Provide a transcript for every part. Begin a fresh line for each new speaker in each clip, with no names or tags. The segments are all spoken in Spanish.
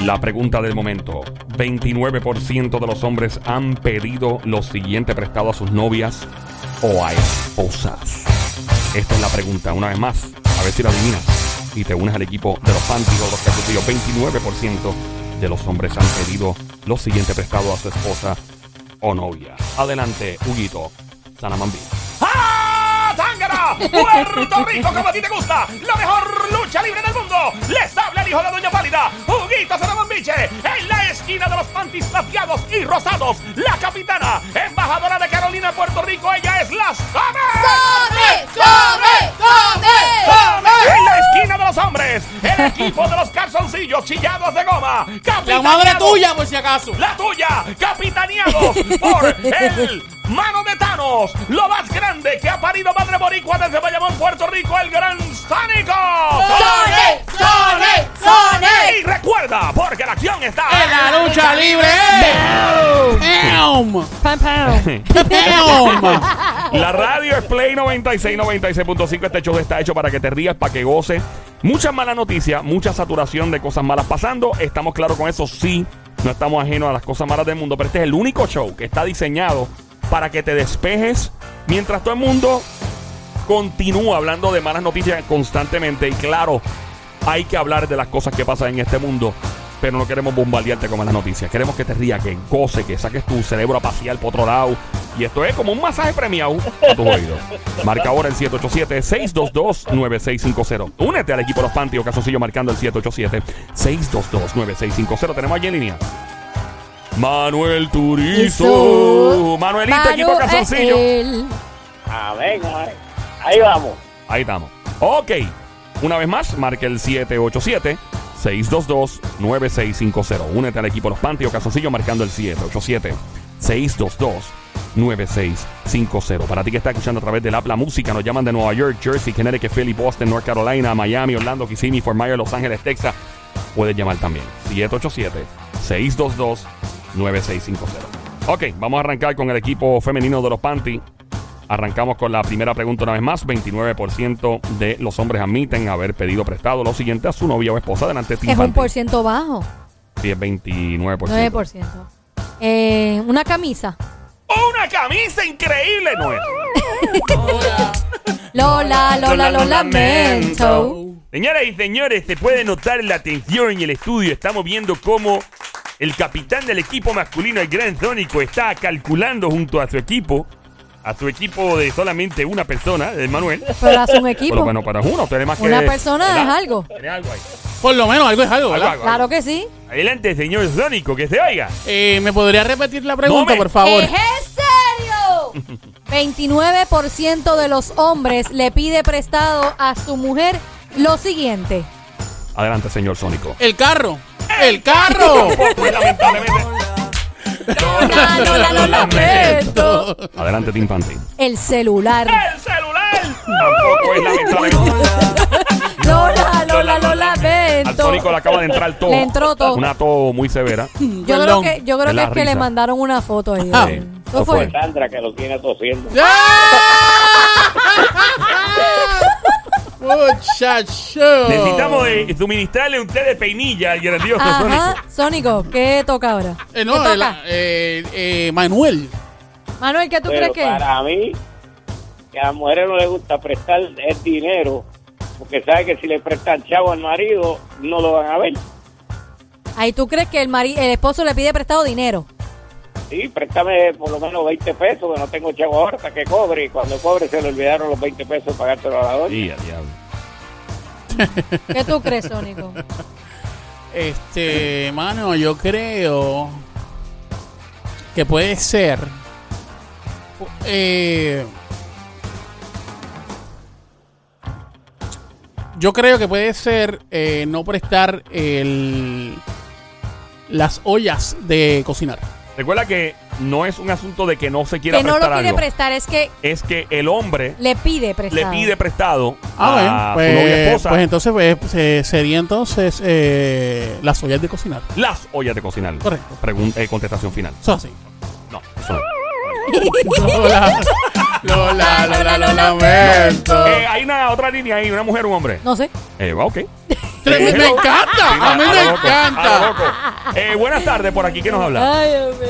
La pregunta del momento. 29% de los hombres han pedido lo siguiente prestado a sus novias o a esposas. Esta es la pregunta, una vez más. A ver si la adivinas y te unes al equipo de los pánticos, los calzoncillos. 29% de los hombres han pedido lo siguiente prestado a su esposa o novia. Adelante, Huguito Sanamambí.
¡Ah, Tángana! ¡Puerto Rico como a ti te gusta! ¡La mejor lucha libre del mundo! ¡Les habla el hijo de Doña Pálida! ¡Huguito Saramambiche! En la esquina de los pantis plateados y rosados, la capitana, embajadora de Carolina de Puerto Rico, ella es la
¡Come, come, come!
¡Come! En la esquina de los hombres, el equipo de los calzoncillos chillados de goma.
La madre
capitaneados-
tuya, por si acaso.
la tuya, capitaneados por el mano de Thanos, lo más grande que ha parido Madre Boricua desde Bayamón, Puerto Rico, el gran Sánico.
¡Sone, sone, sone!
Y recuerda, porque la acción está
En la lucha libre. eh. ¡Eum!
Pam, pam.
¡Eum!
La radio es Play 96, 96.5. Este show está hecho para que te rías, para que goces. Muchas malas noticias, mucha saturación de cosas malas pasando. Estamos claros con eso, sí. No estamos ajenos a las cosas malas del mundo, pero este es el único show que está diseñado para que te despejes mientras todo el mundo continúa hablando de malas noticias constantemente. Y claro, hay que hablar de las cosas que pasan en este mundo. Pero no queremos bombardearte con malas noticias. Queremos que te rías, que goce, que saques tu cerebro a pasear por otro lado. Y esto es como un masaje premiado a tus oídos. Marca ahora el 787-622-9650. Únete al equipo de los Pantios, Casoncillo, marcando el 787-622-9650. Tenemos allí en línea. Manuel Turizo.
Eso.
Manuelito, equipo
eh,
Casoncillo.
Manuel.
A ver, a ver. Ahí vamos.
Ahí estamos. Ok. Una vez más, marque el 787-622-9650. Únete al equipo Los Pantios Casoncillo marcando el 787-622-9650. Para ti que está escuchando a través del app La Música, nos llaman de Nueva York, Jersey, Connecticut, Philly, Boston, North Carolina, Miami, Orlando, Kissimmee, Fort Myers, Los Ángeles, Texas. Puedes llamar también. 787-622-9650. Ok, vamos a arrancar con el equipo femenino de los Panty. Arrancamos con la primera pregunta una vez más. 29% de los hombres admiten haber pedido prestado lo siguiente a su novia o esposa delante de
Es un por ciento bajo.
Sí, es 29%.
9%. Eh, una camisa.
una camisa increíble, Noel.
Lola, Lola, lo lamento.
Señoras y señores, se puede notar la tensión en el estudio. Estamos viendo cómo el capitán del equipo masculino, el gran Sónico, está calculando junto a su equipo, a su equipo de solamente una persona, el Manuel.
Pero hace un
Por lo
equipo.
menos para uno, tenés más que.
Una persona es
¿verdad?
algo.
Tenés algo ahí.
Por lo menos algo es algo,
Algo,
¿verdad?
algo, algo.
Claro que sí.
Adelante, señor Sónico, que se oiga.
Eh, ¿Me podría repetir la pregunta,
No me-
por favor?
¿Es en serio? 29% de los hombres le pide prestado a su mujer lo siguiente.
Adelante, señor Sónico.
El carro. El carro.
Pues, lamentablemente.
Lola, Lola, lo lamento.
Adelante, Tim Panty.
El celular.
Eh.
¡El celular! Tampoco es lamentable.
Lola, Lola, lo
Al
lamento.
Sónico le acaba de entrar todo.
Le entró todo.
Una tos muy severa.
Yo creo
Perdón.
que, yo
De
creo que
la
es que le
risa.
mandaron una foto ahí.
Ah.
Sí.
¿Qué fue?
Sandra que lo tiene tosiendo.
Muchacho.
Necesitamos eh, suministrarle un té de peinilla al grandioso Sónico.
Ajá. Sónico, ¿qué toca ahora?
Eh,
¿Qué
no,
toca?
el- eh, eh, Manuel.
Manuel, ¿qué tú crees
Pero
que? es?
para mí, que a las mujeres no les gusta prestar el dinero, porque sabe que si le prestan chavo al marido, no lo van a ver.
Ahí tú crees que el, mari- el esposo le pide prestado dinero.
Sí, préstame por lo menos 20 pesos, que no tengo chavo ahora hasta que cobre. Y cuando cobre se le olvidaron los 20 pesos pagártelo a la doña.
Y a diablo.
¿Qué tú crees, Sónico?
Este, mano, yo creo que puede ser. eh, yo creo que puede ser eh, no prestar el, las ollas de cocinar.
Recuerda que no es un asunto de que no se quiera
Que no lo
prestar
quiere
algo.
prestar, es que
es que el hombre
le pide prestado.
le pide prestado
Ah,
a
bueno,
su novia
pues,
esposa
pues entonces pues, eh, sería entonces eh, las ollas de cocinar.
las ollas de cocinar.
Correcto.
Pregun- eh, contestación final.
Eso así.
No, eso no.
Lola, Lola, Lola, lo lamento.
Eh, hay una otra línea ahí, una mujer, un hombre.
No sé.
Eh, va, ok. Eh,
Tres- me
hello. Sí,
encanta, a mí
a
me
lo loco, a lo
encanta.
loco. Eh, buenas tardes, por aquí, ¿quién nos habla?
Ay, Dios mío.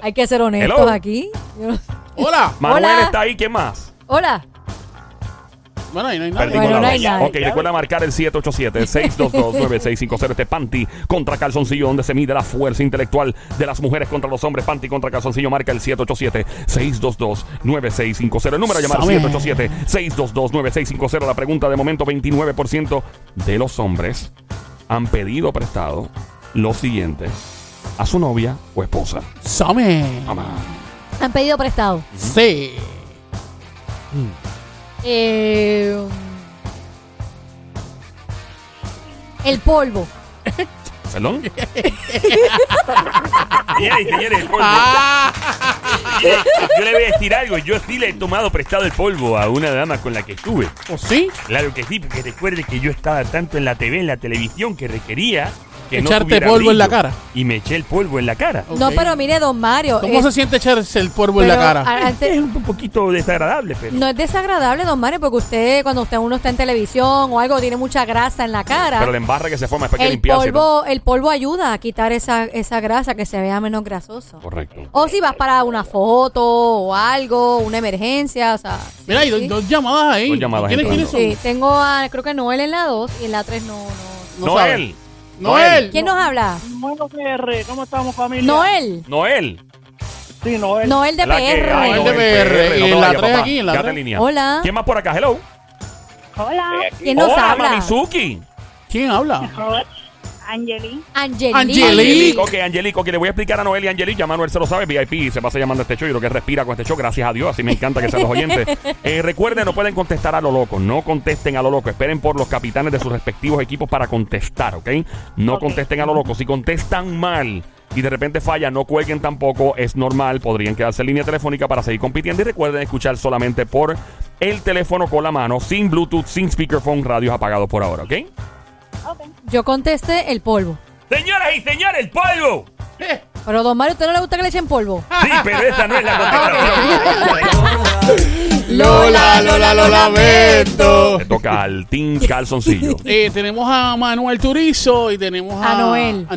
Hay que ser honestos
Hello.
aquí. Yo no-
Hola.
Manuel
Hola.
está ahí, ¿quién más?
Hola.
Bueno, ahí no hay nadie.
Perdí
Bueno,
con
no
la
hay
voz.
nadie.
Ok, recuerda marcar el 787-622-9650. Este panty contra calzoncillo, donde se mide la fuerza intelectual de las mujeres contra los hombres. Panty contra calzoncillo, marca el 787-622-9650. El número a llamar
Sabe.
787-622-9650. La pregunta de momento: 29% de los hombres han pedido prestado lo siguiente a su novia o esposa.
Same.
Mamá.
Han pedido prestado.
Sí.
Eh, el polvo.
¿Perdón? Señores, señores, el polvo.
Ah,
Ah,
Yo le voy a decir algo. Yo sí le he tomado prestado el polvo a una dama con la que estuve.
¿O sí?
Claro que sí, porque recuerde que yo estaba tanto en la TV, en la televisión, que requería que no
Echarte
tuviera
polvo en la
brillo.
cara.
Y me eché el polvo en la cara.
Ok.
No, pero mire, don Mario.
¿Cómo
es-
se siente echarse el polvo en la
Eh, pero
cara?
a- Ah, antes-
Es un poquito desagradable, pero...
no es desagradable, don Mario, porque usted, cuando usted uno está en televisión o algo, tiene mucha grasa en la cara.
Pero la embarra que se forma es para que
el
limpiarse. ¿no?
polvo, el polvo ayuda a quitar esa, esa grasa que se vea menos grasoso.
Correcto.
O si vas para una foto o algo, una emergencia, o sea. sí,
Mira, hay do-
sí.
dos llamadas ahí.
Dos llamadas
¿Quiénes, quiénes
entrando.
son?
Sí, tengo a, creo que Noel en la 2 y en la 3 no, no.
No
Noel.
sabe. Noel.
¿Quién nos habla?
Bueno, PR, ¿cómo estamos, familia?
Noel.
Noel.
Sí, Noel.
Noel de
La que- ay,
Noel
PR.
de PR,
no
y
te
en la
vayas,
tres
papá.
aquí, en la
Quédate
tres.
en línea.
Hola.
¿Quién más por acá? Hello.
Hola,
¿Quién nos
Hola,
habla?
Mamizuki.
¿Quién habla?
Angeli.
Angelique.
Angelique.
Angelique, ok, Angelique, ok, le voy a explicar a Noel y Angelique, ya Manuel se lo sabe, VIP y se pasa llamando a este show y lo que respira con este show, gracias a Dios, así me encanta que sean los oyentes. Eh, recuerden, no pueden contestar a lo loco, no contesten a lo loco, esperen por los capitanes de sus respectivos equipos para contestar, ¿ok? No
Ok.
contesten a lo loco, si contestan mal y de repente falla, no cuelguen tampoco, es normal, podrían quedarse en línea telefónica para seguir compitiendo y recuerden escuchar solamente por el teléfono con la mano, sin Bluetooth, sin speakerphone, radios apagados por ahora, ¿ok?
Yo contesté el polvo.
Señoras y señores, el polvo.
Pero don Mario, ¿a usted no le gusta que le echen polvo?
Sí, pero esa no es la
Ah,
contestación.
Lola, Lola, lo lamento.
Te toca al Team Calzoncillo.
Eh, tenemos a Manuel Turizo y tenemos a,
A Noel.
a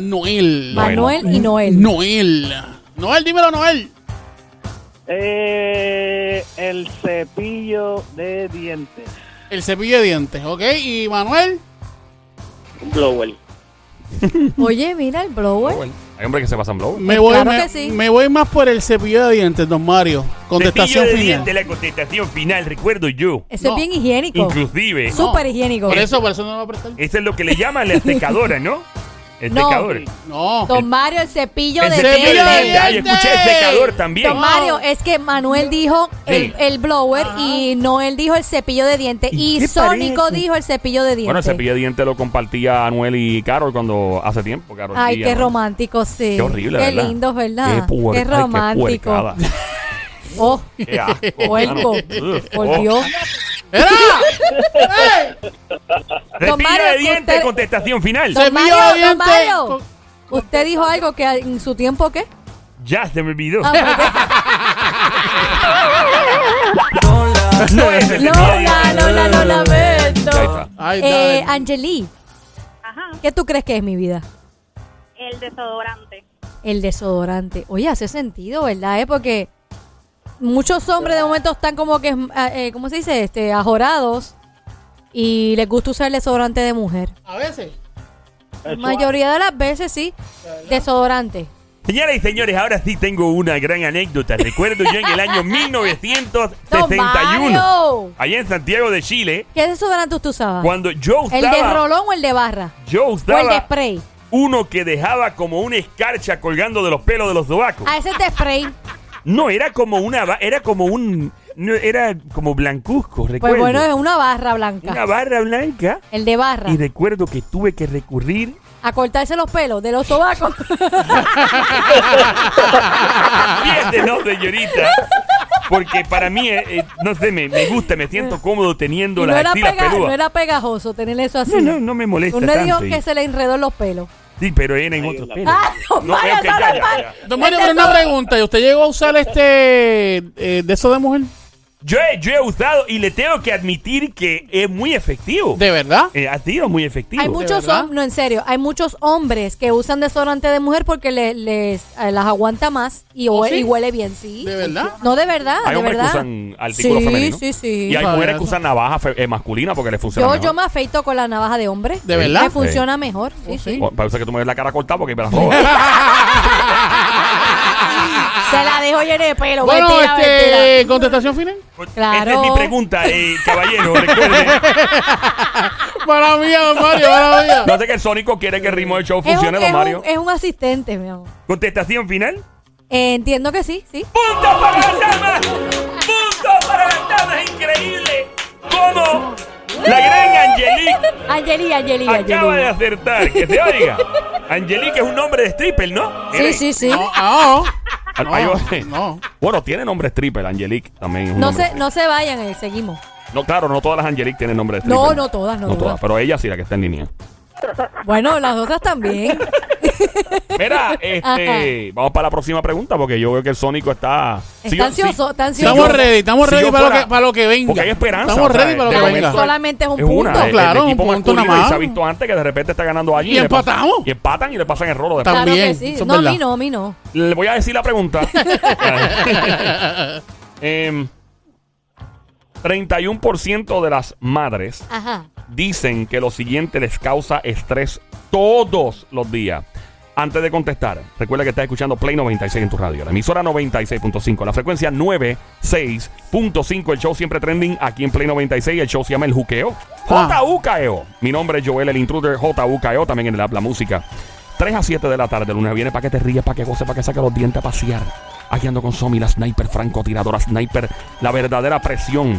Noel.
Noel.
Manuel y Noel.
Noel. Noel, dímelo, Noel.
Eh, el cepillo de dientes.
El cepillo de dientes, ¿ok? Y Manuel.
Un blower.
Oye, mira el blower.
Hay hombres que se pasan blow.
Me
Pues
voy,
claro
me,
que sí.
me voy más por el cepillo de dientes, don Mario. Contestación final.
la contestación final, recuerdo yo.
Ese es
No.
bien higiénico.
Inclusive,
Súper higiénico.
Por eso, por eso no lo va a prestar.
Eh.
eso es lo que le llaman la secadora, ¿no? El
No.
secador.
No.
Don Mario, el cepillo
El
de
cepillo de
dientes.
dientes. Ay, escuché el secador también.
Don Mario, es que Manuel dijo el,
Sí.
el blower y Noel dijo el cepillo de dientes y Sónico dijo el cepillo de dientes.
Bueno, el cepillo de dientes lo compartía Anuel y Carol cuando hace tiempo. Karol
Ay,
G,
qué
Anuel.
romántico, sí.
Qué horrible,
Qué
¿verdad?
lindo, ¿verdad?
Qué, puer- ay, qué
romántico.
puercada.
oh,
Qué asco,
puerco.
mano. Ugh.
Por
Oh.
Dios.
¡Era!
Don
Cepillo
Mario,
de
que
dientes,
usted-
contestación final.
Don
Cepillo
Mario,
de
don
dientes.
Mario. Usted dijo algo que en su tiempo, ¿qué?
Ya se me olvidó.
Ah,
No es
porque-
el cepillo
Lola,
de dientes.
Lola, Lola,
Ahí
lo lamento.
está.
Ay,
Eh,
dale.
Angeli,
Ajá,
¿qué tú crees que es mi vida?
el desodorante.
El desodorante. Oye, hace sentido, ¿verdad? eh? Porque muchos hombres de momento están como que, eh, ¿cómo se dice? Este, ajorados y les gusta usar el desodorante de mujer.
A veces.
La mayoría de las veces sí, desodorante.
Señoras y señores, ahora sí tengo una gran anécdota. Recuerdo yo en el año
Don
1961,
Mario,
allá en Santiago de Chile,
¿Qué desodorante usted usaba?
cuando yo
¿El de
usaba,
rolón o el de barra?
yo
¿O el de
usaba
spray?
uno que dejaba como una escarcha colgando de los pelos de los sobacos.
A ese es de spray.
No, era como una, ba- era como un, no, era como blancuzco,
Pues
recuerdo.
bueno, es una barra blanca.
una barra blanca
El de barra.
y recuerdo que tuve que recurrir
A cortarse los pelos de los sobacos.
Fíjate, no, señorita. Porque para mí, eh, eh, no sé, me, me gusta, me siento cómodo
Y
teniendo
no,
las
era
axilas
pega- no
peludas.
era pegajoso tener eso así.
No, no, no me molesta
Uno dijo
tanto. y-
que se le enredó en los pelos.
Sí, pero era en otros pelos.
¡Ah, don
No,
Mario,
ok,
eso
ya,
no
ya,
es mal-
ya.
Don Mario,
Este
pero una
todo-
pregunta. ¿Y usted llegó a usar este eh, de eso de mujer?
Yo he, yo he usado y le tengo que admitir que es muy efectivo.
¿De verdad?
Eh, ha sido muy efectivo.
Hay muchos
verdad?
hom- no en serio, hay muchos hombres que usan desodorante de mujer porque le- les eh, las aguanta más y, hue-
¿Oh, sí?
y huele bien, sí.
¿De verdad?
No de verdad,
Hay
de
hombres
verdad.
que usan artículos
sí,
femeninos.
sí, sí.
Y hay
Para
mujeres
eso.
que usan navaja fe- eh, masculina porque les funciona
Yo,
mejor.
yo me afeito con la navaja de hombre.
¿De verdad?
Me funciona mejor. Sí,
Oh,
sí.
sí.
O- Parece que tú me ves la cara cortada porque me la robas.
Se la dejo llena de pelo.
Bueno,
mentira,
este,
mentira.
contestación final.
Claro.
Esta es mi pregunta, eh, caballero. Recuerde.
Para mí, don Mario, para mí.
No sé que el Sónico quiere que el ritmo del show
Es un-
funcione,
es
don
un-
Mario.
es un asistente, mi amor.
Contestación final.
Eh, entiendo que sí, sí.
¡Punto para las damas! ¡Punto para las damas! ¡Increíble! ¿Cómo la gran Angelique
Angeli, Angeli,
acaba de
Angeli.
acertar? Que te oiga. Angelique es un nombre de stripper, ¿no?
Sí, sí, sí.
No, ah,
Al-
no.
ahí va.
No.
Bueno, tiene nombre stripper, Angelique también. es un
No
nombre
se, no se vayan, eh, seguimos.
stripper. No, claro, no todas las Angelique tienen nombre de
No,
stripper.
no todas, no
No todas,
todas.
pero ella sí, la que está en línea.
Bueno, las otras también.
Mira, este, vamos para la próxima pregunta porque yo veo que el Sónico está... si
Está
yo-
ansioso, está ansioso.
Estamos ready, estamos
si
ready
yo
para,
fuera-
lo que, para lo que venga.
Porque hay esperanza,
Estamos
o sea,
ready para
de
lo que
momento-
venga.
Solamente es un
Es
punto.
una, el-
claro,
el
un
equipo
punto
masculino
nada
y
más.
se ha visto antes que de repente está ganando allí.
Y
le pasa-
empatamos.
Y empatan y le pasan el rolo después.
Claro
También,
que sí.
eso es
No, a mí
verdad.
no, a mí no.
Le voy a decir la pregunta. Em, 31% de las madres
Ajá.
dicen que lo siguiente les causa estrés todos los días. Antes de contestar, recuerda que estás escuchando Play 96 en tu radio, la emisora 96.5, la frecuencia 96.5, el show siempre trending aquí en Play 96, el show se llama El Juqueo,
Ah.
JUKEO. E Mi nombre es Joel, el intruder, JUKEO, E también en el app La Música. 3 a 7 de la tarde, lunes viene para que te ríes, para que goces, para que saques los dientes a pasear. Aquí ando con Somi, la sniper francotiradora, sniper, la verdadera presión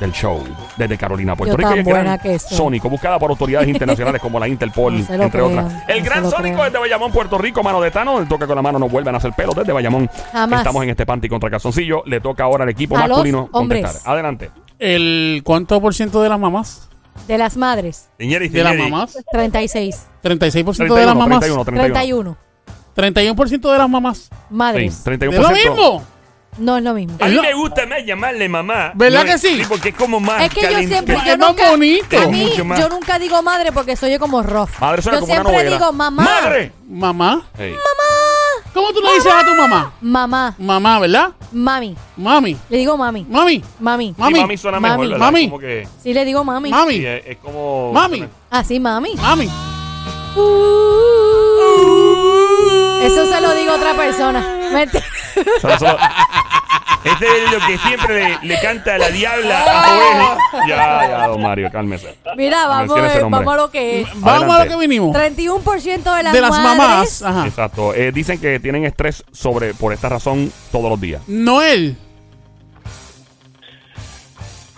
del show desde Carolina, Puerto
Yo
Rico.
tan
y el gran
buena que soy.
Sónico, buscada por autoridades internacionales como la Interpol,
No se lo
entre
creo,
otras. El
no se
gran
lo
Sónico
creo.
desde Bayamón, Puerto Rico, mano de Tano, le toca con la mano, no vuelven a hacer pelo desde Bayamón.
Jamás.
Estamos en este panty contra calzoncillo, le toca ahora al equipo
A los
masculino
hombres.
contestar. Adelante.
El cuánto por ciento de las mamás?
De las madres,
Señores,
De las mamás.
36.
36% de las
31,
mamás.
31, 31.
31.
31% de las mamás.
Madres.
Sí,
¿De
31%.
lo mismo?
No es lo mismo.
A mí
Es lo-
me gusta más llamarle mamá.
¿Verdad que
es-
sí?
Porque es como más
Es que yo
calen-
siempre.
Es
Yo
más
nunca,
bonito.
A mí,
Mucho más.
yo nunca digo madre porque soy como rough.
Madre suena
yo
como una
siempre
novela.
digo mamá.
¡Madre!
Mamá.
Ey.
¿Cómo tú le dices a tu mamá?
Mamá.
Mamá, ¿verdad?
Mami.
Mami.
Le digo mami.
Mami.
Mami.
Sí,
Mami.
mami suena
Mami.
mejor, ¿verdad?
Mami.
Como que,
Sí, le digo mami.
sí,
Mami.
es, es como...
Mami.
Ah, sí, mami.
Mami.
Uh.
Eso se lo digo a otra persona. Mentira.
O sea, eso- este es lo que siempre le, le canta la diabla a Joel. Ya, ya, don Mario, cálmese.
Mira, vamos,
Ah, tiene ese
eh,
nombre.
vamos a lo que es.
Vamos a
Adelante.
lo que vinimos.
31% de las,
De las
madres-
mamás. Ajá.
Exacto. Eh, dicen que tienen estrés sobre por esta razón todos los días.
Noel.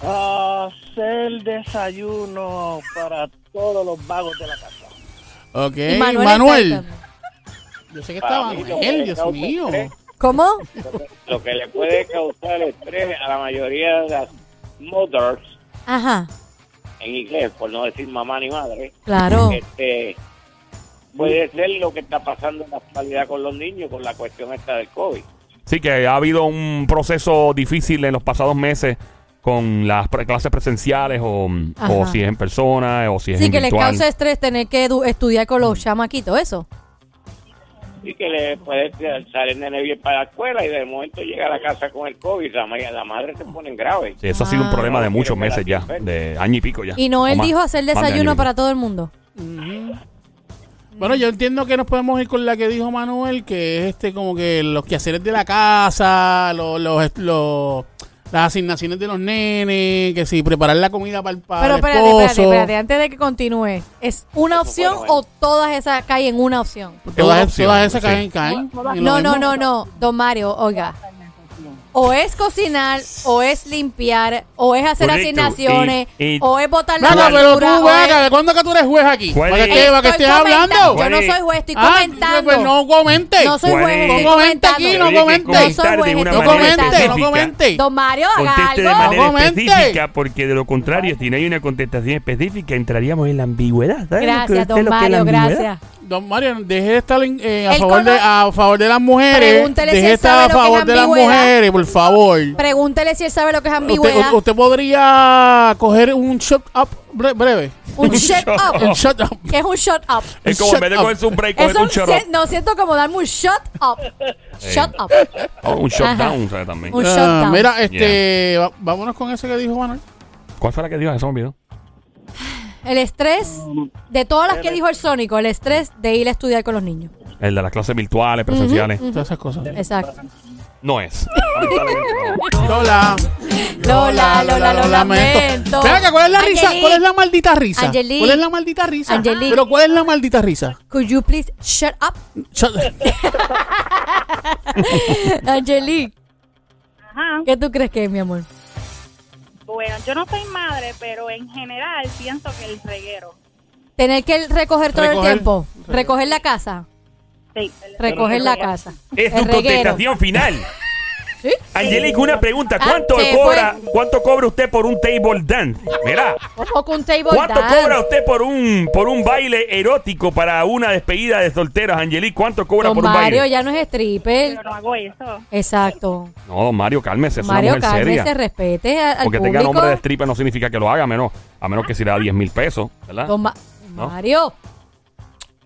Hacer desayuno para todos los vagos de la casa.
Ok.
Y
Manuel.
Manuel. está-
Yo sé que estaba
Para mí,
Manuel,
yo
Dios
me
mío.
causa
¿Cómo?
Lo que le puede causar estrés a la mayoría de las mothers,
Ajá.
en inglés, por no decir mamá ni madre,
Claro.
este puede ser lo que está pasando en la actualidad con los niños, con la cuestión esta del COVID.
Sí, que ha habido un proceso difícil en los pasados meses con las pre- clases presenciales o,
Ajá.
o si es en persona o si es
Sí,
en
que les
virtual.
causa estrés tener que edu- estudiar con los chamaquitos, eso.
Y que le puede salir de bien para la escuela y de momento llega a la casa con el COVID. La, ma- la madre se pone en grave.
Sí, eso ha sido un
Ah.
problema de muchos
Quiero que
meses
la
ya,
enferme.
de año y pico ya.
Y
O
Noel
más,
dijo hacer
más de año y
desayuno
pico.
para todo el mundo.
Bueno, yo entiendo que nos podemos ir con la que dijo Manuel, que es este como que los quehaceres de la casa, los, los, los- las asignaciones de los nenes, que si preparar la comida para el
Pero
padre,
espérate,
esposo,
espérate, espérate, antes de que continúe. ¿Es una opción
bueno,
o todas esas caen en una opción?
Es una
Todas,
opción,
todas esas
sí.
caen, caen. en Ah, lo
No,
mismo.
no, no, no, don Mario, oiga. O es cocinar, o es limpiar, o es hacer
Correcto.
asignaciones,
Y- y-
o es botar la
Venga, pero
basura,
tú,
o
venga,
es-
¿de cuándo que tú eres juez aquí?
¿Cuál
¿Para
es?
qué, para qué
Estoy
estés
comentando.
hablando?
Yo no
¿Cuál es?
soy juez, estoy
Ah,
comentando.
pues no comente.
No soy
¿Cuál
juez,
es?
estoy
No
comente
comentando.
aquí,
Pero
no
hay que
comente.
No soy
contestar de
juez,
una
no
manera
comente, no
específica.
comente.
Don Mario, haga
Conteste de
algo.
manera
No comente.
específica, porque de lo contrario, si no hay una contestación específica, entraríamos en la ambigüedad. ¿sabes?
Gracias,
Usted
don
lo que es la
Mario,
ambigüedad.
gracias.
Don Mario, deje de estar en- eh, a,
Él
favor de,
conoce-
a favor de las mujeres.
Pregúntele
Deje
si
de
él
estar a
sabe lo que es
favor de las
ambigüedad.
mujeres, por favor.
Pregúntele si él sabe lo que es
Usted,
ambigüedad.
u- usted podría coger un shut up bre- breve.
un shut
Un
up.
shut up.
¿Qué es un shut up?
Es como en vez de
Shut up.
cogerse un break, cogerse
Eso
un shot
si- no siento como darme un shut up. Shut up.
Oh, un shot
Ajá.
down, ¿sabes? También.
Un
Ah,
shut down.
mira, este, va- vámonos con eso que dijo Manuel.
¿Cuál fue la que dijo? Eso me olvidó.
El estrés de todas las que dijo el Sónico, el estrés de ir a estudiar con los niños.
El de las clases virtuales, presenciales.
Todas esas cosas.
Exacto.
No es. Lamentablemente, no.
Lola.
Lola, Lola, lo lamento.
Espera, que ¿cuál es la risa?
Angelique,
¿Cuál es la maldita risa?
Angelique.
¿Cuál es la maldita risa?
Angelique.
Pero ¿cuál es la maldita risa?
Could you please shut up?
Shut-
Angelique,
Ajá.
¿qué tú crees que es, mi amor?
Bueno, yo no soy madre, pero en general pienso que el reguero.
Tener que recoger todo
Recoger.
el tiempo. Recoger la casa.
Sí.
Recoger la casa.
Es
El
tu
reguero.
contestación final.
¿Sí?
Angelica, una pregunta.
Ah,
¿Cuánto,
se
cobra, ¿Cuánto cobra usted por un table dance? Mira,
Como que un table
¿cuánto
dance.
cobra usted por un por un baile erótico para una despedida de solteros, Angelique? ¿Cuánto cobra
Don
por un
Mario
baile?
ya no es stripper.
Pero no hago eso.
Exacto.
No, don Mario, cálmese. Es
Mario
una mujer
Carmen se
seria.
respete a- al
Porque tenga
público.
nombre de stripper no significa que lo haga, a menos, a menos que si le da 10 mil pesos, ¿verdad?
Don Ma-
¿No? Uh.
Mario,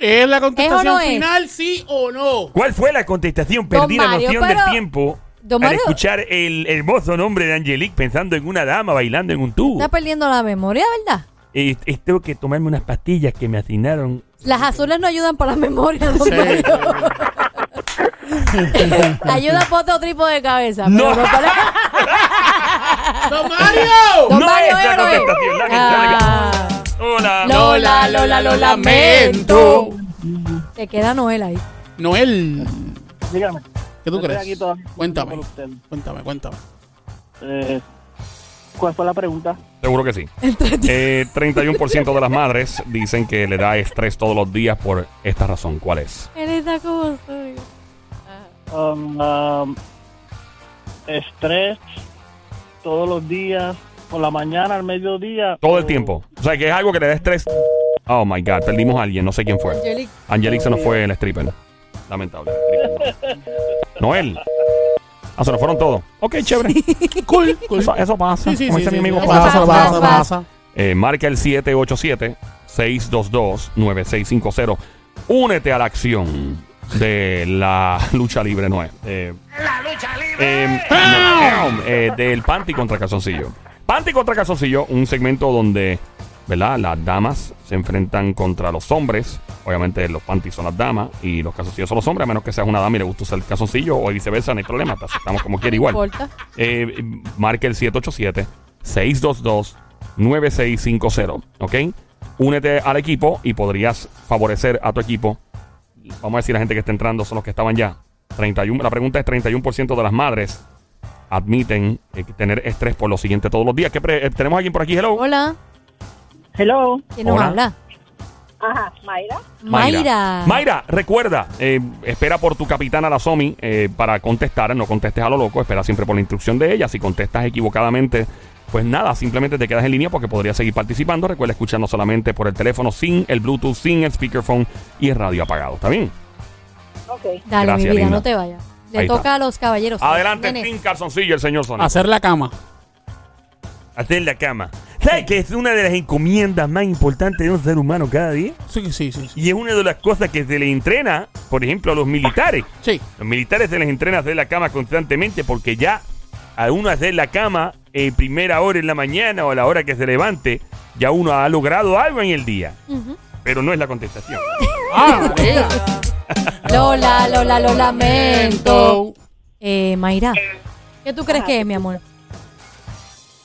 ¿Es la
¿Es o no
contestación
es?
final, sí o no?
¿Cuál fue la contestación?
Don
Perdí la
Mario,
noción
pero-
del tiempo
Don
al
Mario-
escuchar el hermoso nombre de Angelique pensando en una dama bailando en un tubo.
está perdiendo la memoria, ¿verdad?
Y, y tengo que tomarme unas pastillas que me asignaron.
Las azules no ayudan para la memoria, don
Sí.
Mario. Ayuda para otro tipo de cabeza.
No.
pero no para-
¡Don Mario!
Don
No
Mario
es la
Héroe.
contestación, la que-
Ah,
Hola.
Lola, Lola, lo lamento. Te queda Noel ahí.
Noel,
Dígame.
¿qué tú
Yo estoy aquí
crees?
todavía.
Cuéntame.
Por usted.
Cuéntame, cuéntame.
Eh, ¿Cuál fue la pregunta?
Seguro que sí. Eh, 31% de las madres dicen que le da estrés todos los días por esta razón. ¿Cuál es?
Él está como soy.
Um, um, estrés todos los días, por la mañana, al mediodía.
Todo el
Oh.
o-
tiempo. O sea, que es algo que le da estrés. Oh my God, perdimos a alguien. No sé quién fue.
Angelique.
Angelique se nos fue el stripper. Lamentable. el stripper no. Noel. Ah, se nos fueron todos. Ok, chévere.
Cool, cool.
Eso, eso pasa.
Sí, sí,
Como
sí.
dice
sí,
mi amigo,
sí.
pasa.
Pasa, pasa, pasa.
Eh, marca el 787-622-9650. Únete a la acción de la lucha libre, no es. Eh, eh, no, eh, del panty contra calzoncillo. Panty contra calzoncillo, un segmento donde, ¿verdad? Las damas se enfrentan contra los hombres. Obviamente los panties son las damas y los calzoncillos son los hombres, a menos que seas una dama y le guste usar el calzoncillo o viceversa, no hay problema, te aceptamos como quiera igual.
Corta.
Eh, marque el 787-622-9650. ¿Ok? Únete al equipo y podrías favorecer a tu equipo. Vamos a decir, la gente que está entrando son los que estaban ya. 31, la pregunta es: 31% de las madres admiten eh, tener estrés por lo siguiente todos los días. ¿Qué pre- eh, ¿Tenemos alguien por aquí? Hello.
Hola.
Hello.
¿Quién nos
Hola.
habla?
Ajá, Mayra.
Mayra.
Mayra, recuerda, eh, espera por tu capitana, la Somi, eh, para contestar. No contestes a lo loco, espera siempre por la instrucción de ella. Si contestas equivocadamente, pues nada, simplemente te quedas en línea porque podrías seguir participando. Recuerda escucharnos solamente por el teléfono, sin el Bluetooth, sin el speakerphone y el radio apagado. ¿Está bien?
Ok.
Dale,
Gracias,
mi vida,
linda.
no te vayas. Le
Ahí
toca
está.
a los caballeros.
Adelante,
Nene.
Tim Calzoncillo, el señor Sonic.
Hacer la cama.
Hacer la cama. ¿Sabes que es una de las encomiendas más importantes de un ser humano cada día?
Sí, sí, sí. Sí.
Y es una de las cosas que se le entrena, por ejemplo, a los militares.
sí.
Los militares se les entrena a hacer la cama constantemente porque ya a uno hacer la cama eh, primera hora en la mañana o a la hora que se levante, ya uno ha logrado algo en el día. Pero no es la contestación.
Ah, María.
Lola, Lola, lo lamento. Eh, Mayra, ¿qué tú crees que es, mi amor?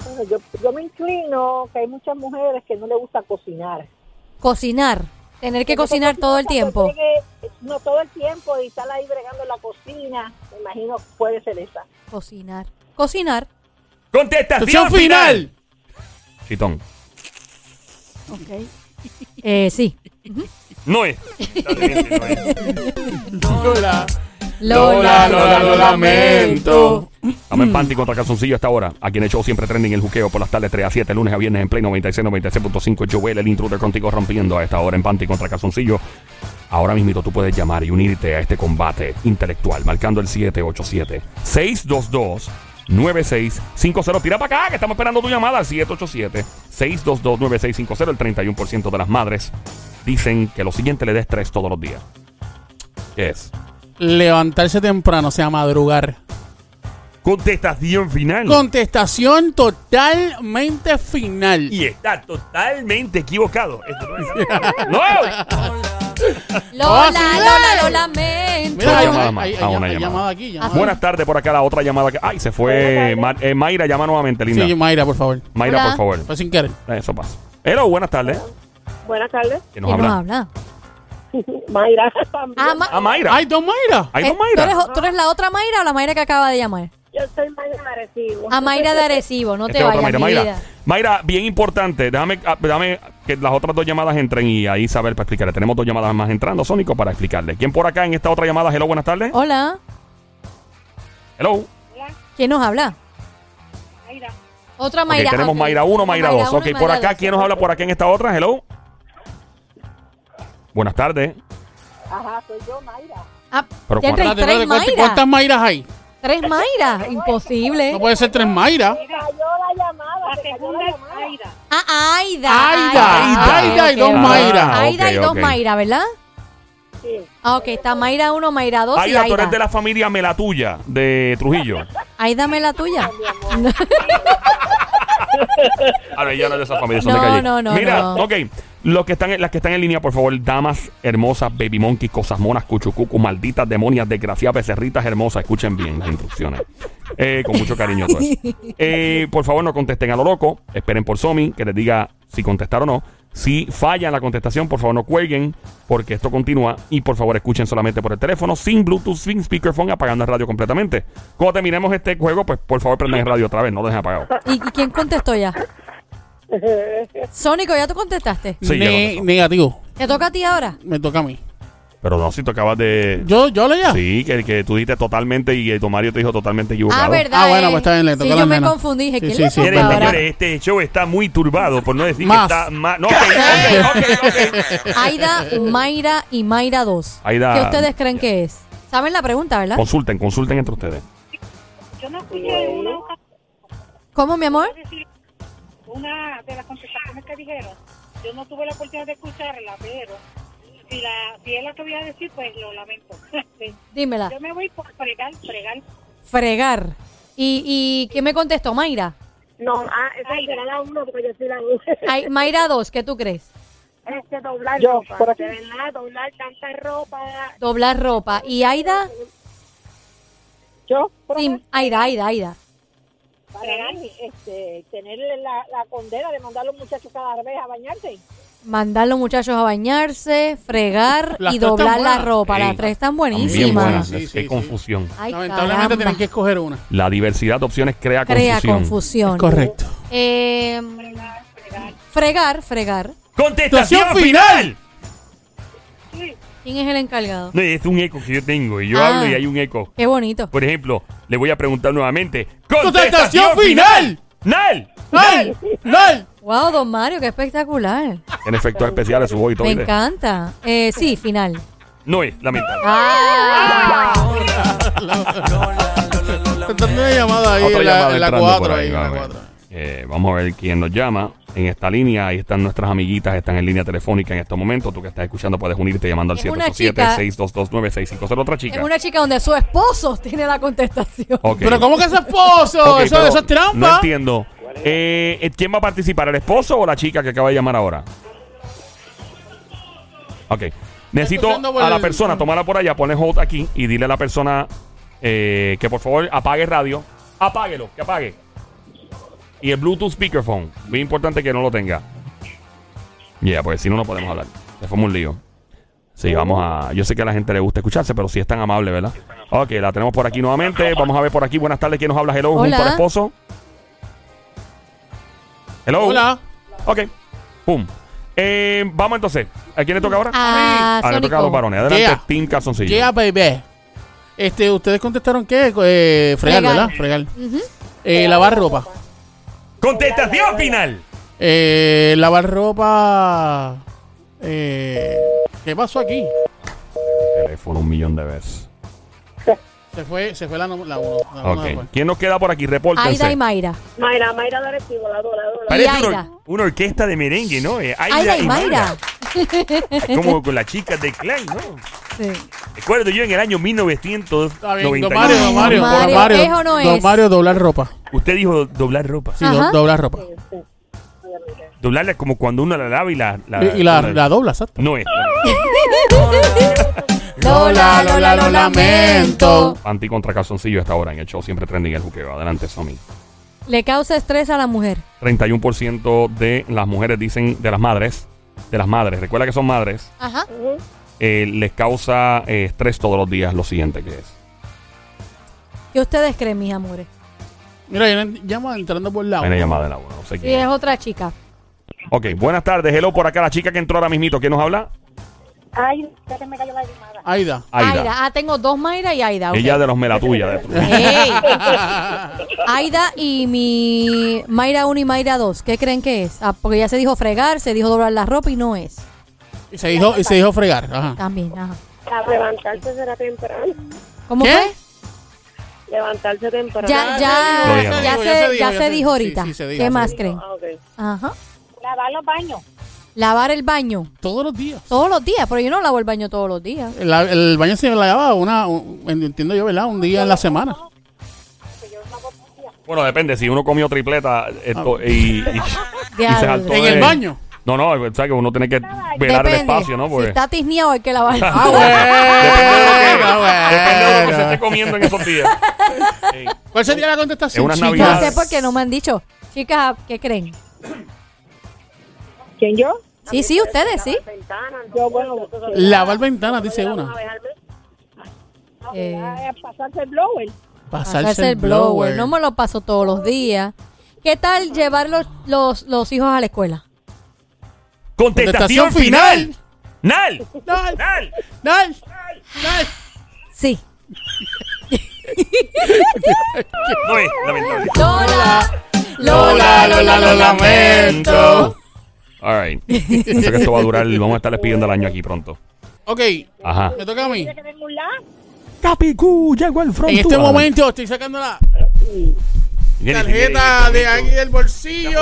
Bueno, yo, yo me inclino que hay muchas mujeres que no le gusta cocinar.
Cocinar. Tener que cocinar todo el tiempo.
Cuando llegue, No todo el tiempo y estar ahí bregando en la cocina. Me imagino que puede ser esa.
Cocinar. Cocinar.
¡Contestación
Estación final.
Chitón.
Ok. Eh, sí.
No es.
Lola.
Lola,
Lola, lo
lamento.
Estamos en panty contra calzoncillo hasta ahora. Aquí en el show siempre trending el juqueo por las tardes 3 a 7, lunes a viernes en Play 96, 96.5. Joel, el intruder contigo rompiendo a esta hora en panty contra calzoncillo. Ahora mismo tú puedes llamar y unirte a este combate intelectual marcando el 787-622-9650. Tira para acá, que estamos esperando tu llamada al 787-622-9650. El 31% de las madres dicen que lo siguiente le da estrés todos los días. ¿Qué es?
Levantarse temprano, o sea, madrugar.
Contestación final.
Contestación totalmente final.
Y está totalmente equivocado. Esto no es-
¡No!
Lola,
Ah,
Oh, sí.
Lola, lo lamento.
Una
hay,
llamada
hay-
más.
hay-
Ah, una
hay
llamada.
llamada aquí. llamada.
Buenas tardes por acá, la otra llamada. Que... Ay, se fue Ma- eh, Mayra. Llama nuevamente, linda.
Sí, Mayra, por favor.
Mayra,
Hola.
por favor.
Fue sin querer.
Eso pasa. Hello, buenas tardes.
Buenas tardes.
Que nos
¿Quién nos
habla?
habla?
Mayra también.
Ah, Ma-
Ah, Mayra.
¡Ay, don Mayra!
Hay dos
eh, ¿tú,
Mayra.
eres, tú eres la otra Mayra o la Mayra que acaba de llamar?
Yo soy Mayra Marecibo.
A Mayra de Arecibo, no
Esta
te
Este es otra
vayas,
Mayra.
mi
Mayra.
vida.
Mayra, bien importante. Déjame, ah, déjame que las otras dos llamadas entren y ahí saber para explicarle. Tenemos dos llamadas más entrando, Sónico, para explicarle. ¿Quién por acá en esta otra llamada? Hello, buenas tardes.
Hola,
Hello.
¿quién nos habla?
Mayra.
Otra
Ok,
Mayra.
tenemos
ok.
Mayra 1, Mayra 2.
uno
Ok,
y
por
Mayra
acá,
dos.
¿quién nos habla por acá en esta otra? Hello. Buenas tardes.
Ajá, soy yo, Mayra.
Ah,
Pero
ya
cuántas-
hay
Espérate, espérate,
tres
¿cuántas-
Mayra.
¿Cuántas Mayras hay?
Tres Mayra, imposible.
No puede ser tres Mayra.
Cayó la llamada,
La
se cayó
segunda
la
Ah, es
llamada.
Mayra.
Ah, Aida.
Aida,
ok,
Aida y
ok.
dos Mayra.
Ah,
Aida y
ok,
dos
ok.
Mayra, ¿verdad?
Sí.
Ah, ok, está Mayra 1, Mayra 2 y
Oh, Aida, tú
Aida.
eres de la familia Mela Tuya de Trujillo.
Aida, me la tuya.
A ver, ya Ah, no es de esa familia, son de
No,
calle.
no, no,
Mira,
no.
ok. Los que están, en- las que están en línea, por favor, damas hermosas, baby monkeys, cosas monas, cuchucucu, malditas demonias, desgraciadas, becerritas hermosas, escuchen bien las instrucciones. Eh, con mucho cariño todo eso. Eh, por favor, no contesten a lo loco. Esperen por Somi, que les diga si contestaron o no. Si fallan la contestación, por favor, no cuelguen, porque esto continúa. Y por favor, escuchen solamente por el teléfono, sin Bluetooth, sin speakerphone, apagando el radio completamente. Cuando terminemos este juego, pues por favor, prendan el radio otra vez, no lo dejen apagado.
¿Y, y quién contestó ya? Sónico, ya tú contestaste.
Sí, ya
Ne-
contestó.
negativo.
¿Te toca a ti ahora?
Me toca a mí.
Pero no, si tú acabas de.
Yo, yo le ya.
Sí, que, que tú dijiste totalmente y eh, Don Mario te dijo totalmente equivocado.
Ah, verdad.
Ah, bueno,
eh.
pues está bien, le toca
sí,
a la
yo me
nena.
confundí. Dije,
Sí,
¿quién
sí,
le
sí,
toca
perdón.
ahora?
Señores,
este show está muy turbado, por no decir
que Más. está
No,
Aida, Mayra y Mayra 2.
Aida-
¿Qué ustedes creen que es? ¿Saben la pregunta, verdad?
Pues-
Consulten, consulten entre ustedes.
Yo no escuché una,
¿Cómo, mi amor?
una de las contestaciones que dijeron. Yo no tuve la oportunidad de escucharla, pero si, la, si es la que voy a decir, pues lo lamento. Sí.
Dímela.
Yo me voy por fregar, fregar.
Fregar. ¿Y, y quién me contestó? Mayra.
No, ah, esa será la uno porque yo soy la uno.
Ay, Mayra 2, ¿qué tú crees?
Este doblar
Yo,
ropa,
por aquí.
de
Ah,
verdad, doblar tanta ropa.
Doblar ropa. ¿Y Aida?
Yo,
Sí, Aida, Aida, Aida.
Para mí, este, tener la, la condena de mandar a los muchachos cada vez a bañarse.
Mandar los muchachos a bañarse, fregar
Las
y
tres están
doblar la
buenas.
ropa.
Sí.
Las tres están
Bien
mano.
buenas.
buenísimas.
Sí,
Es-
sí,
qué
sí.
confusión.
Ay,
Lamentablemente
caramba.
tienen que escoger una.
La diversidad de opciones crea
Crea
confusión.
confusión.
Correcto.
Eh, fregar, fregar.
¡Contestación
Actuación
final!
¿Quién es el encargado?
No, es un eco que yo tengo y yo
Ah.
hablo y hay un eco.
Qué bonito.
Por ejemplo, le voy a preguntar nuevamente.
¡Contestación final!
¡Nal!
¡Nal! ¡Nal!
Wow, don Mario, qué espectacular.
En efectos especiales su voz y todo.
Me
¿viste?
encanta. Eh, sí, final.
No es, lamentable.
Ah.
Tratando de llamada ahí
Otra
en la-
llamada
en la
entrando
4.
por ahí,
Ahí, en la
a ver.
cuatro.
Eh, vamos a ver quién nos llama. En esta línea, ahí están nuestras amiguitas, están en línea telefónica en estos momentos. Tú que estás escuchando puedes unirte llamando al
Es una chica.
787-622-9650. Otra
Es
chica.
una chica donde su esposo tiene la contestación.
Ok.
Pero ¿cómo que es esposo?
Ok,
eso,
pero
eso es trampa.
No entiendo. Eh, eh, ¿Quién va a participar? ¿El esposo o la chica que acaba de llamar ahora? Ok. Necesito
Escuchando por
a la
el-
persona, tomarla por allá, pone hold aquí y dile a la persona eh, que por favor apague radio. Apáguelo, que apague. Y el Bluetooth speakerphone. Muy importante que no lo tenga. Ya, pues si no, no podemos hablar. Se fue un lío. Sí, vamos a. Yo sé que a la gente le gusta escucharse, pero si es tan amable, ¿verdad? Ok, la tenemos por aquí nuevamente. Vamos a ver por aquí. Buenas tardes, ¿quién nos habla? Hello,
Hola.
junto al esposo. Hello.
Hola.
Ok. Pum. Eh, vamos entonces. ¿A quién le toca ahora?
Ah,
le toca a los
Sónico.
varones. Adelante,
Yeah.
Team Calzoncillo.
Yeah, baby. Este, ustedes contestaron qué? Eh, fregar,
Fregar.
¿verdad? Fregar.
Ujú.
Eh, lavar ropa.
Contestación final.
Eh, lavar ropa. Eh, ¿Qué pasó aquí?
teléfono un millón de veces.
Se fue, se fue la 1. La uno, la uno
Ok.
después.
¿Quién nos queda por aquí? Repórtense.
Aida y Mayra.
Mayra, Mayra de Arecibo, la dora, la dora.
Parece
y
una,
Aida.
or- una orquesta de merengue, ¿no? Eh, Aida,
Aida y
Mayra.
Mayra.
Como con las chicas de Klein, ¿no?
Sí.
Recuerdo yo en el año
Está bien, don
1990.
Mario, don
Ay,
Mario,
don
don
Mario,
Mario.
¿es o no
Don
es?
Mario, doblar ropa.
Usted dijo doblar ropa.
Sí, do-
Ajá.
doblar ropa.
Doblarla es como cuando uno la lava y la... la-
Y, y la, la dobla, exacto.
No es.
Lola, Lola, lo lamento.
Panty contra calzoncillo hasta ahora en el show. Siempre trending el juqueo. Adelante, Somi.
Le causa estrés a la mujer.
31% de las mujeres dicen, de las madres, de las madres, recuerda que son madres,
Ajá.
eh, les causa eh, estrés todos los días lo siguiente que es.
¿Qué ustedes creen, mis amores?
Mira, ya llama entrando por la
Una
uno.
llamada de la uno, no sé
Ah, Sí,
quién
es
es.
otra chica.
Ok, buenas tardes. Hello por acá, la chica que entró ahora mismito. ¿Quién nos habla?
Ay, ya se me cayó la llamada.
Aida.
Aida.
Ah, tengo dos Mayra y Aida. Ah, ok.
Ella de los melatuya. de-
Ey. Aida y mi Mayra 1 y Mayra 2, ¿qué creen que es? Ah, porque ya se dijo fregar, se dijo doblar la ropa y no es.
Y se dijo, y se dijo fregar. Ajá.
También, ajá.
A levantarse será temprano.
¿Cómo
¿Qué?
fue?
Levantarse temprano.
Ya,
Lo
ya,
dijo,
ya,
ya
se,
se dijo,
ya
ya
se
se-
dijo
sí,
ahorita.
sí, se dijo,
¿Qué
se
más
dijo.
creen?
Ah, ok.
Ajá.
Lavar los baños.
Lavar el baño
Todos los días.
todos los días, pero yo no lavo el baño todos los días.
El, el baño se lavaba una, un- entiendo yo, ¿verdad? Un día en la semana.
Bueno, depende. Si uno comió tripleta esto, y, y- y se
Diablo.
saltó
¿En
de-
el baño?
No, no, o sea que uno tiene que velar el espacio, ¿no? Pues.
Si
Porque-
está tisneado hay que lavar.
Ah, bueno,
Depende de lo que se esté
bueno.
comiendo en esos días. Sí.
¿Cuál sería la contestación?
En unas
chicas?
no
navidades.
sé por qué no me han dicho. Chicas, ¿qué creen?
¿Quién yo?
Sí, sí, ustedes, sí.
Yo, bueno,
Lavar ventanas, dice una.
Eh,
eh, pasarse el blower.
pasarse el blower. No me lo paso todos los días. ¿Qué tal llevar los, los, los hijos a la escuela?
Contestación
Contestación
final.
final.
Nal.
Nal.
Nal.
Nal, Nal.
Sí.
No es lamentable.
Lola,
Lola, Lola, lo lamento.
All right. Creo que esto va a durar. Vamos a estar despidiendo el año aquí pronto.
Ok,
Ajá.
me toca a mí.
¿Tiene que venir un la?
Capicú, llegó al front.
En este momento estoy sacando la tarjeta de aquí del bolsillo.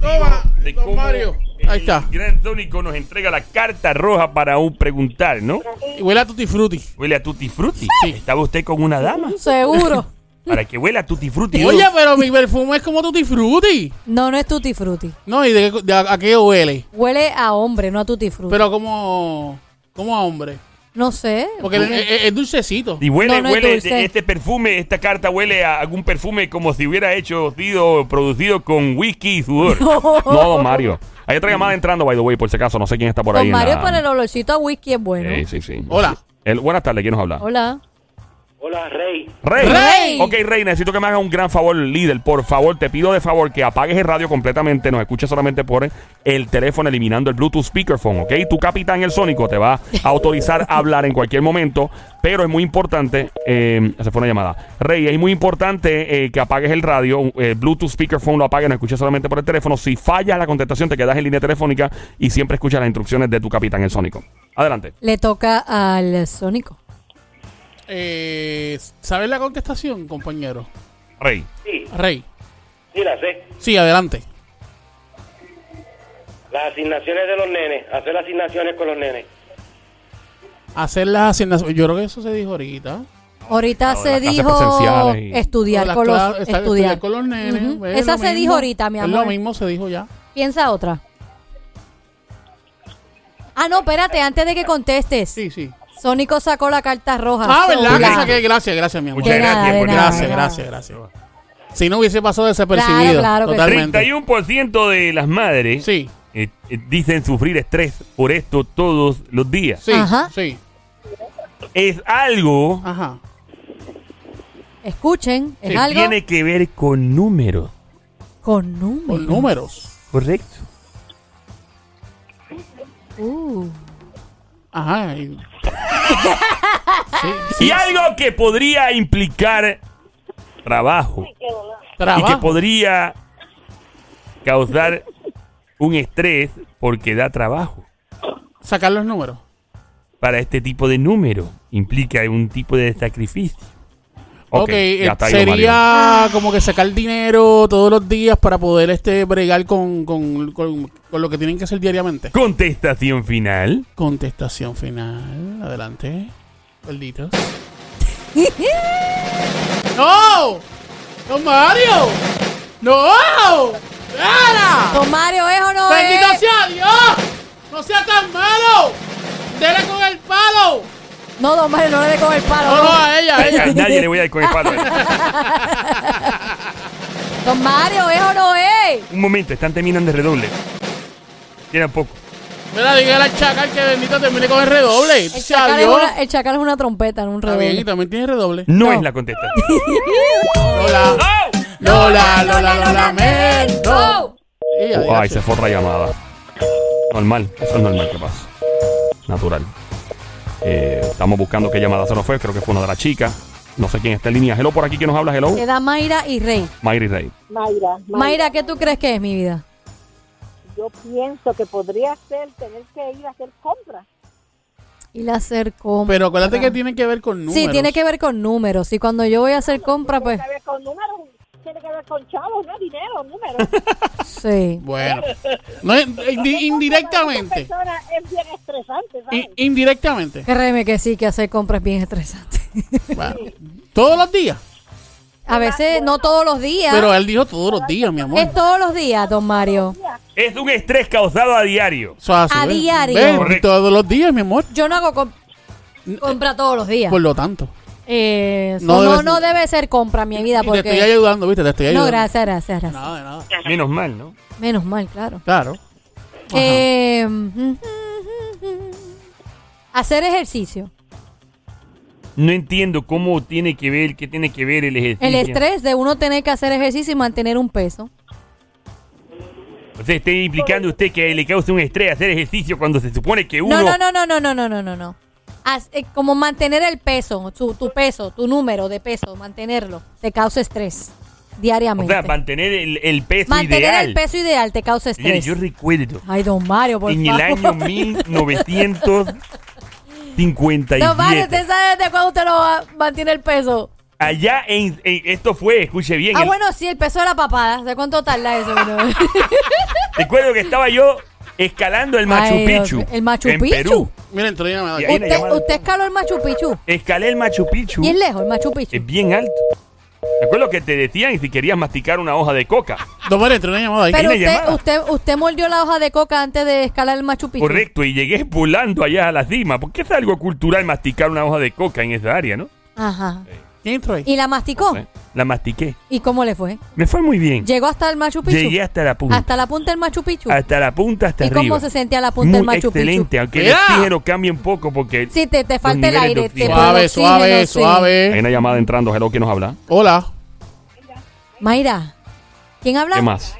Toma, don Mario. Ahí está.
Gran Tónico nos entrega la carta roja para un preguntar, ¿no?
Y huele a Tutti Frutti.
Huele a Tutti Frutti. ¿Estaba usted con una dama?
Seguro.
Para que huela a Tutti Frutti.
Oye, pero mi perfume es como Tutti Frutti.
No, no es tutti frutti.
No, ¿y de, qué- de a, a qué huele?
Huele a hombre, no a tutti frutti.
Pero como, como a hombre.
no sé.
Porque es, es- es dulcecito.
Y huele,
No, no es
huele,
dulce.
este perfume, esta carta huele a algún perfume como si hubiera hecho, sido producido con whisky y sudor. No, don Mario. Hay otra llamada entrando, by the way, por si acaso, no sé quién está por ahí.
Con
en
Mario
la-
para el olorcito a whisky es bueno.
Sí, sí, sí.
Hola.
El- buenas tardes, ¿quién nos habla?
Hola.
Hola, Rey.
Rey.
Rey.
Ok, Rey, necesito que me hagas un gran favor, líder. Por favor, te pido de favor que apagues el radio completamente. Nos escuches solamente por el teléfono, eliminando el Bluetooth speakerphone, ¿ok? Tu capitán, el Sónico, te va a autorizar a hablar en cualquier momento, pero es muy importante. eh, se fue una llamada. Rey, es muy importante eh, que apagues el radio, el Bluetooth speakerphone lo apagues, nos escuches solamente por el teléfono. Si fallas la contestación, te quedas en línea telefónica y siempre escuchas las instrucciones de tu capitán, el Sónico. Adelante.
Le toca al Sónico.
Eh, ¿Sabes la contestación, compañero?
Rey.
Sí,
Rey.
sí la sé.
Sí, adelante.
Las asignaciones de los nenes. Hacer las asignaciones con los nenes.
Hacer las asignaciones. Yo creo que eso se dijo ahorita.
Ahorita
Claro,
se
las clases
dijo
presenciales y-
estudiar
Las
con
cla-
los
está-
estudiar.
con los nenes.
Ujú.
es
Esa
lo
se
mismo.
dijo ahorita, mi
Es
amor.
lo mismo, se dijo ya.
Piensa otra. Ah, no, espérate, antes de que contestes.
Sí, sí.
Sónico sacó la carta roja.
Ah, ¿verdad?
Sola.
Que saqué? Gracias, gracias, mi amor.
Muchas
De nada,
gracias
de
por-
nada,
Gracias,
de nada.
gracias, gracias. Si no hubiese pasado
Claro,
desapercibido.
claro que sí.
totalmente.
31% de las madres
Sí,
eh, eh, dicen sufrir estrés por esto todos los días.
sí,
Ajá.
sí.
Es algo
Ajá.
Escuchen, es
que
algo
tiene que ver con números,
con números.
Con números.
¿correcto?
Uh.
Ajá. y- Sí,
Y algo que podría implicar trabajo y que
trabajo.
podría causar un estrés porque da trabajo.
Sacar los números.
para este tipo de número. Implica un tipo de sacrificio.
Ok,
ya
eh,
está ahí, Don Mario.
sería como que sacar dinero todos los días para poder este bregar con, con, con- con lo que tienen que hacer diariamente.
Contestación final.
Contestación final. Adelante. Malditos. ¡No! ¡No, Mario! ¡No! ¡Para!
Don Mario, ¿es o no
¡Bendito
es?
sea Dios! ¡No sea tan malo! ¡Dele con el palo!
No, Don Mario, no le dé con el palo.
No, eh. no,
no.
a ella, a
A
ella.
nadie le voy a ir con el palo.
Don Mario, ¿es o no es?
Un momento, están terminando de redoble. Queda poco.
Mira, dígale al chacal que bendito termine con el redoble.
El
Sea
chacal, es
Dios.
una, el chacal es una trompeta, no un
Está bien, y
redoble.
también tiene redoble.
No, es la contestación.
Lola, Lola, Lola, lo lamento. Ella,
Oh,
ella,
ay,
sí.
se forra llamada. Normal, eso es normal que pasa. Natural. Eh, estamos buscando qué llamada se nos fue, creo que fue una de las chicas. No sé quién está en línea. Hello por aquí, ¿quién nos habla? Hello.
Te da Mayra y Rey.
Mayri Rey.
Mayra,
Mayra, ¿qué tú crees que es mi vida?
yo pienso que podría ser tener que ir a hacer compras.
Y la hacer compras.
Pero acuérdate que tiene que ver con números.
Sí, tiene que ver con números. Y cuando yo voy a hacer compra, pues.
Tiene que ver con números, tiene que ver con chavos, no dinero, números.
Sí.
Bueno. No, es- indi-
Para
indirectamente.
muchas personas es bien estresante, ¿sabes?
I- indirectamente.
Créeme que sí, que hacer compras es bien estresante.
Bueno, Todos los días.
A veces, no todos los días.
Pero él dijo todos los días, mi amor.
Es todos los días, don Mario.
Es un estrés causado a diario.
Eso es así,
a
¿ves?
diario.
¿Ves?
Correcto.
Todos los días, mi amor.
Yo no hago com- compra todos los días.
Por lo tanto.
Eh, no,
No debe
no,
ser-
debe ser compra, mi vida,
Y Te estoy
porque...
ayudando, viste, te estoy
No,
ayudando.
gracias, gracias, gracias.
Nada, de nada.
Menos mal, ¿no?
Menos mal, claro.
Claro. Ajá.
Eh, hacer ejercicio.
No entiendo cómo tiene que ver, qué tiene que ver el ejercicio.
El estrés de uno tener que hacer ejercicio y mantener un peso.
O sea, está implicando usted que le causa un estrés hacer ejercicio cuando se supone que uno...
No, no, no, no, no, no, no, no, no, no. Haz- eh, como mantener el peso, tu, tu peso, tu número de peso, mantenerlo, te causa estrés
O
diariamente.
sea, mantener el, el peso
mantener
ideal.
el peso ideal te causa
Señores, yo
estrés.
recuerdo
Ay, don Mario, por
en
favor.
el año 1957.
Don Mario, ¿usted sabe desde cuándo usted no va- mantiene el peso?
Allá en, en- esto fue, escuche bien.
Ah,
el-
bueno, sí, el peso de la papada. ¿De cuánto tarda eso? bro?
Recuerdo que estaba yo escalando el Machu
Ay, Dios
Picchu.
mío. ¿El Machu
en
Picchu?
Perú.
Mira, entró una llamada.
Y
aquí.
ahí una
¿Usted,
llamada.
usted escaló el Machu Picchu.
Escalé el Machu Picchu.
Y es lejos el Machu Picchu.
Es bien alto. Recuerdo que te decían si querías masticar una hoja de coca.
No, María, entró una llamada. ahí.
Pero
una
usted,
llamada.
usted, usted mordió la hoja de coca antes de escalar el Machu Picchu.
Correcto, y llegué volando allá a la cima. Porque es algo cultural masticar una hoja de coca en esa área, ¿no?
Ajá.
Eh,
¿Quién entró ahí?
¿Y la masticó?
La mastiqué.
¿Y cómo le fue?
Me fue muy bien.
¿Llegó hasta el Machu Picchu?
Llegué hasta la punta.
pues, Hasta la punta del Machu Picchu.
Hasta la punta, hasta
¿Y
arriba.
cómo se sentía la punta
Muy
del Machu Picchu?
excelente, aunque el
¡Mira!
oxígeno cambie un poco porque
Sí, te, te
Los
falta el
niveles de
aire. te-
oxígeno.
por
Suave,
el
suave,
oxígeno, sí.
hay
suave.
una llamada entrando. Hello, ¿quién nos habla?
Hola.
Mayra. ¿Quién habla?
¿Qué más?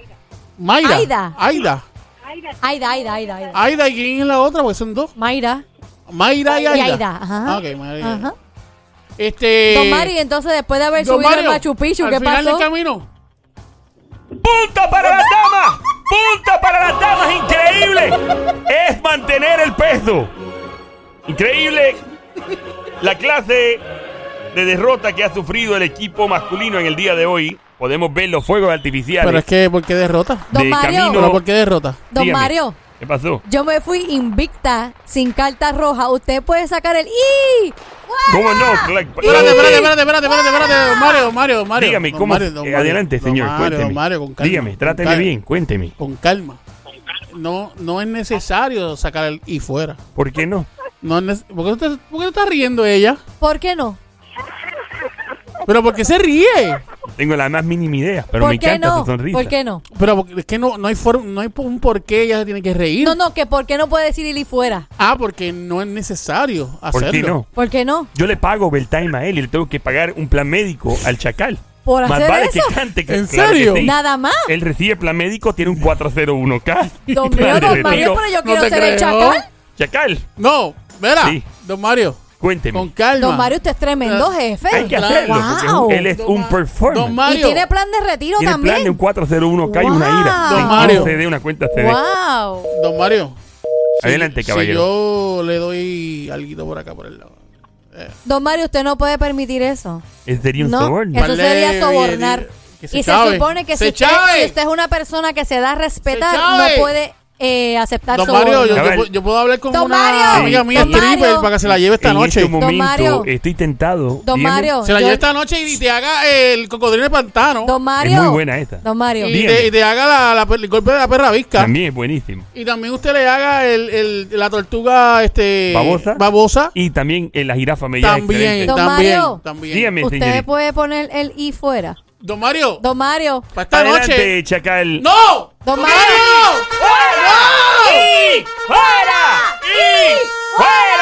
Mayra.
Aida.
Aida.
Aida, Aida, Aida, Aida.
Aida, ¿y quién es la otra? Porque son dos.
Mayra
Mayra y
y
Aida.
Aida. Ajá.
Ah, ok, Mayra y Aida.
Ajá.
Eh,
Este.
Don Mario, entonces después de haber
Don
subido
Mario,
al Machu Picchu,
al
¿qué
final
pasó?
del camino.
¡Punta para las damas! ¡Punta para las damas! ¡Increíble! Es mantener el peso. Increíble la clase de derrota que ha sufrido el equipo masculino en el día de hoy. Podemos ver los fuegos artificiales.
Pero es que, ¿por qué derrota?
Don
de
Mario.
camino.
¿Pero por qué derrota?
Don
Dígame,
Mario,
¿Qué pasó?
yo me fui invicta, sin carta roja. Usted puede sacar el I.
¿Cómo no? Cla-
Ah. Espérate, espérate, espérate, espérate, espérate, espérate, don Mario, don Mario, don Mario.
Dígame,
Don
¿cómo?
Mario, don
eh,
Mario.
adelante,
Don
señor.
Mario,
cuénteme.
don Mario, con calma.
Dígame,
con
tráteme
calma,
bien, cuénteme.
Con calma. No, no es necesario sacar el y fuera.
¿Por qué no?
No es nece- ¿Por qué usted- por qué está riendo ella?
¿Por qué no?
Pero ¿por qué se ríe?
Tengo la más mínima idea, pero
¿Por
me
qué
encanta
no?
su sonrisa.
¿Por qué no?
Pero porque- es que no, no hay forma, no hay un por qué ella se tiene que reír.
No, no, que ¿por qué no puede decir Ili fuera?
Ah, porque no es necesario
¿Por
hacerlo.
qué no?
¿Por qué no?
Yo le pago Beltime a él y le tengo que pagar un plan médico al chacal.
¿Por
Más
hacer
vale
eso?
que cante. que-
¿En
claro que
serio?
sí.
Nada más.
Él recibe plan médico, tiene un 401k.
Don
Plan
Mario,
de
don Mario,
retiro.
pero yo
No
quiero
te
ser el
creo.
chacal.
Chacal,
No, verá,
Sí.
don Mario,
cuénteme.
con calma.
Don Mario, usted es tremendo
Eh,
jefe.
Hay que
claro.
hacerlo,
Wow.
porque es un- él es
Don
un
Ma-
performer.
Don Mario.
Y tiene plan de retiro
tiene
también.
plan de un 401k y una
Wow.
ira.
Don
De
Mario.
un CD, una cuenta CD.
wow.
Don Mario,
Adelante,
si
caballero.
yo le doy algo por acá, por el lado.
Don Mario, usted no puede permitir eso.
sería un
No,
soborno.
eso sería
Vale,
sobornar.
que se
Y se
chave.
supone que
¡Se
si usted,
chave!
si usted es una persona que se da a respetar,
¡Se
no
chave!
puede eh, aceptar
Don
soborno.
Mario, yo,
A
yo
ver.
pu- yo puedo hablar con
Don
una
Mario,
amiga mía
Don
stripper
Mario.
para que se la lleve esta
en
noche.
este momento
Mario.
estoy tentado.
Don
Viene-
Mario.
se la
yo-
lleve esta noche y te haga el cocodrilo de pantano.
Don Mario.
Es muy buena esta.
Don Mario.
y,
Dígame.
te, y te haga la, la per- el golpe de la perra visca.
También es buenísimo.
Y también usted le haga el, el- la tortuga este,
Babosa.
babosa.
Y también en la jirafa me
También,
Don
también,
Mario.
también.
Dígame,
Usted
señorita.
puede poner el I fuera.
Don Mario,
Don Mario.
para esta
Adelante,
noche.
chacal.
¡No!
Don
¡No!
Mario.
¡Fuera! ¡Y fuera! ¡Y fuera!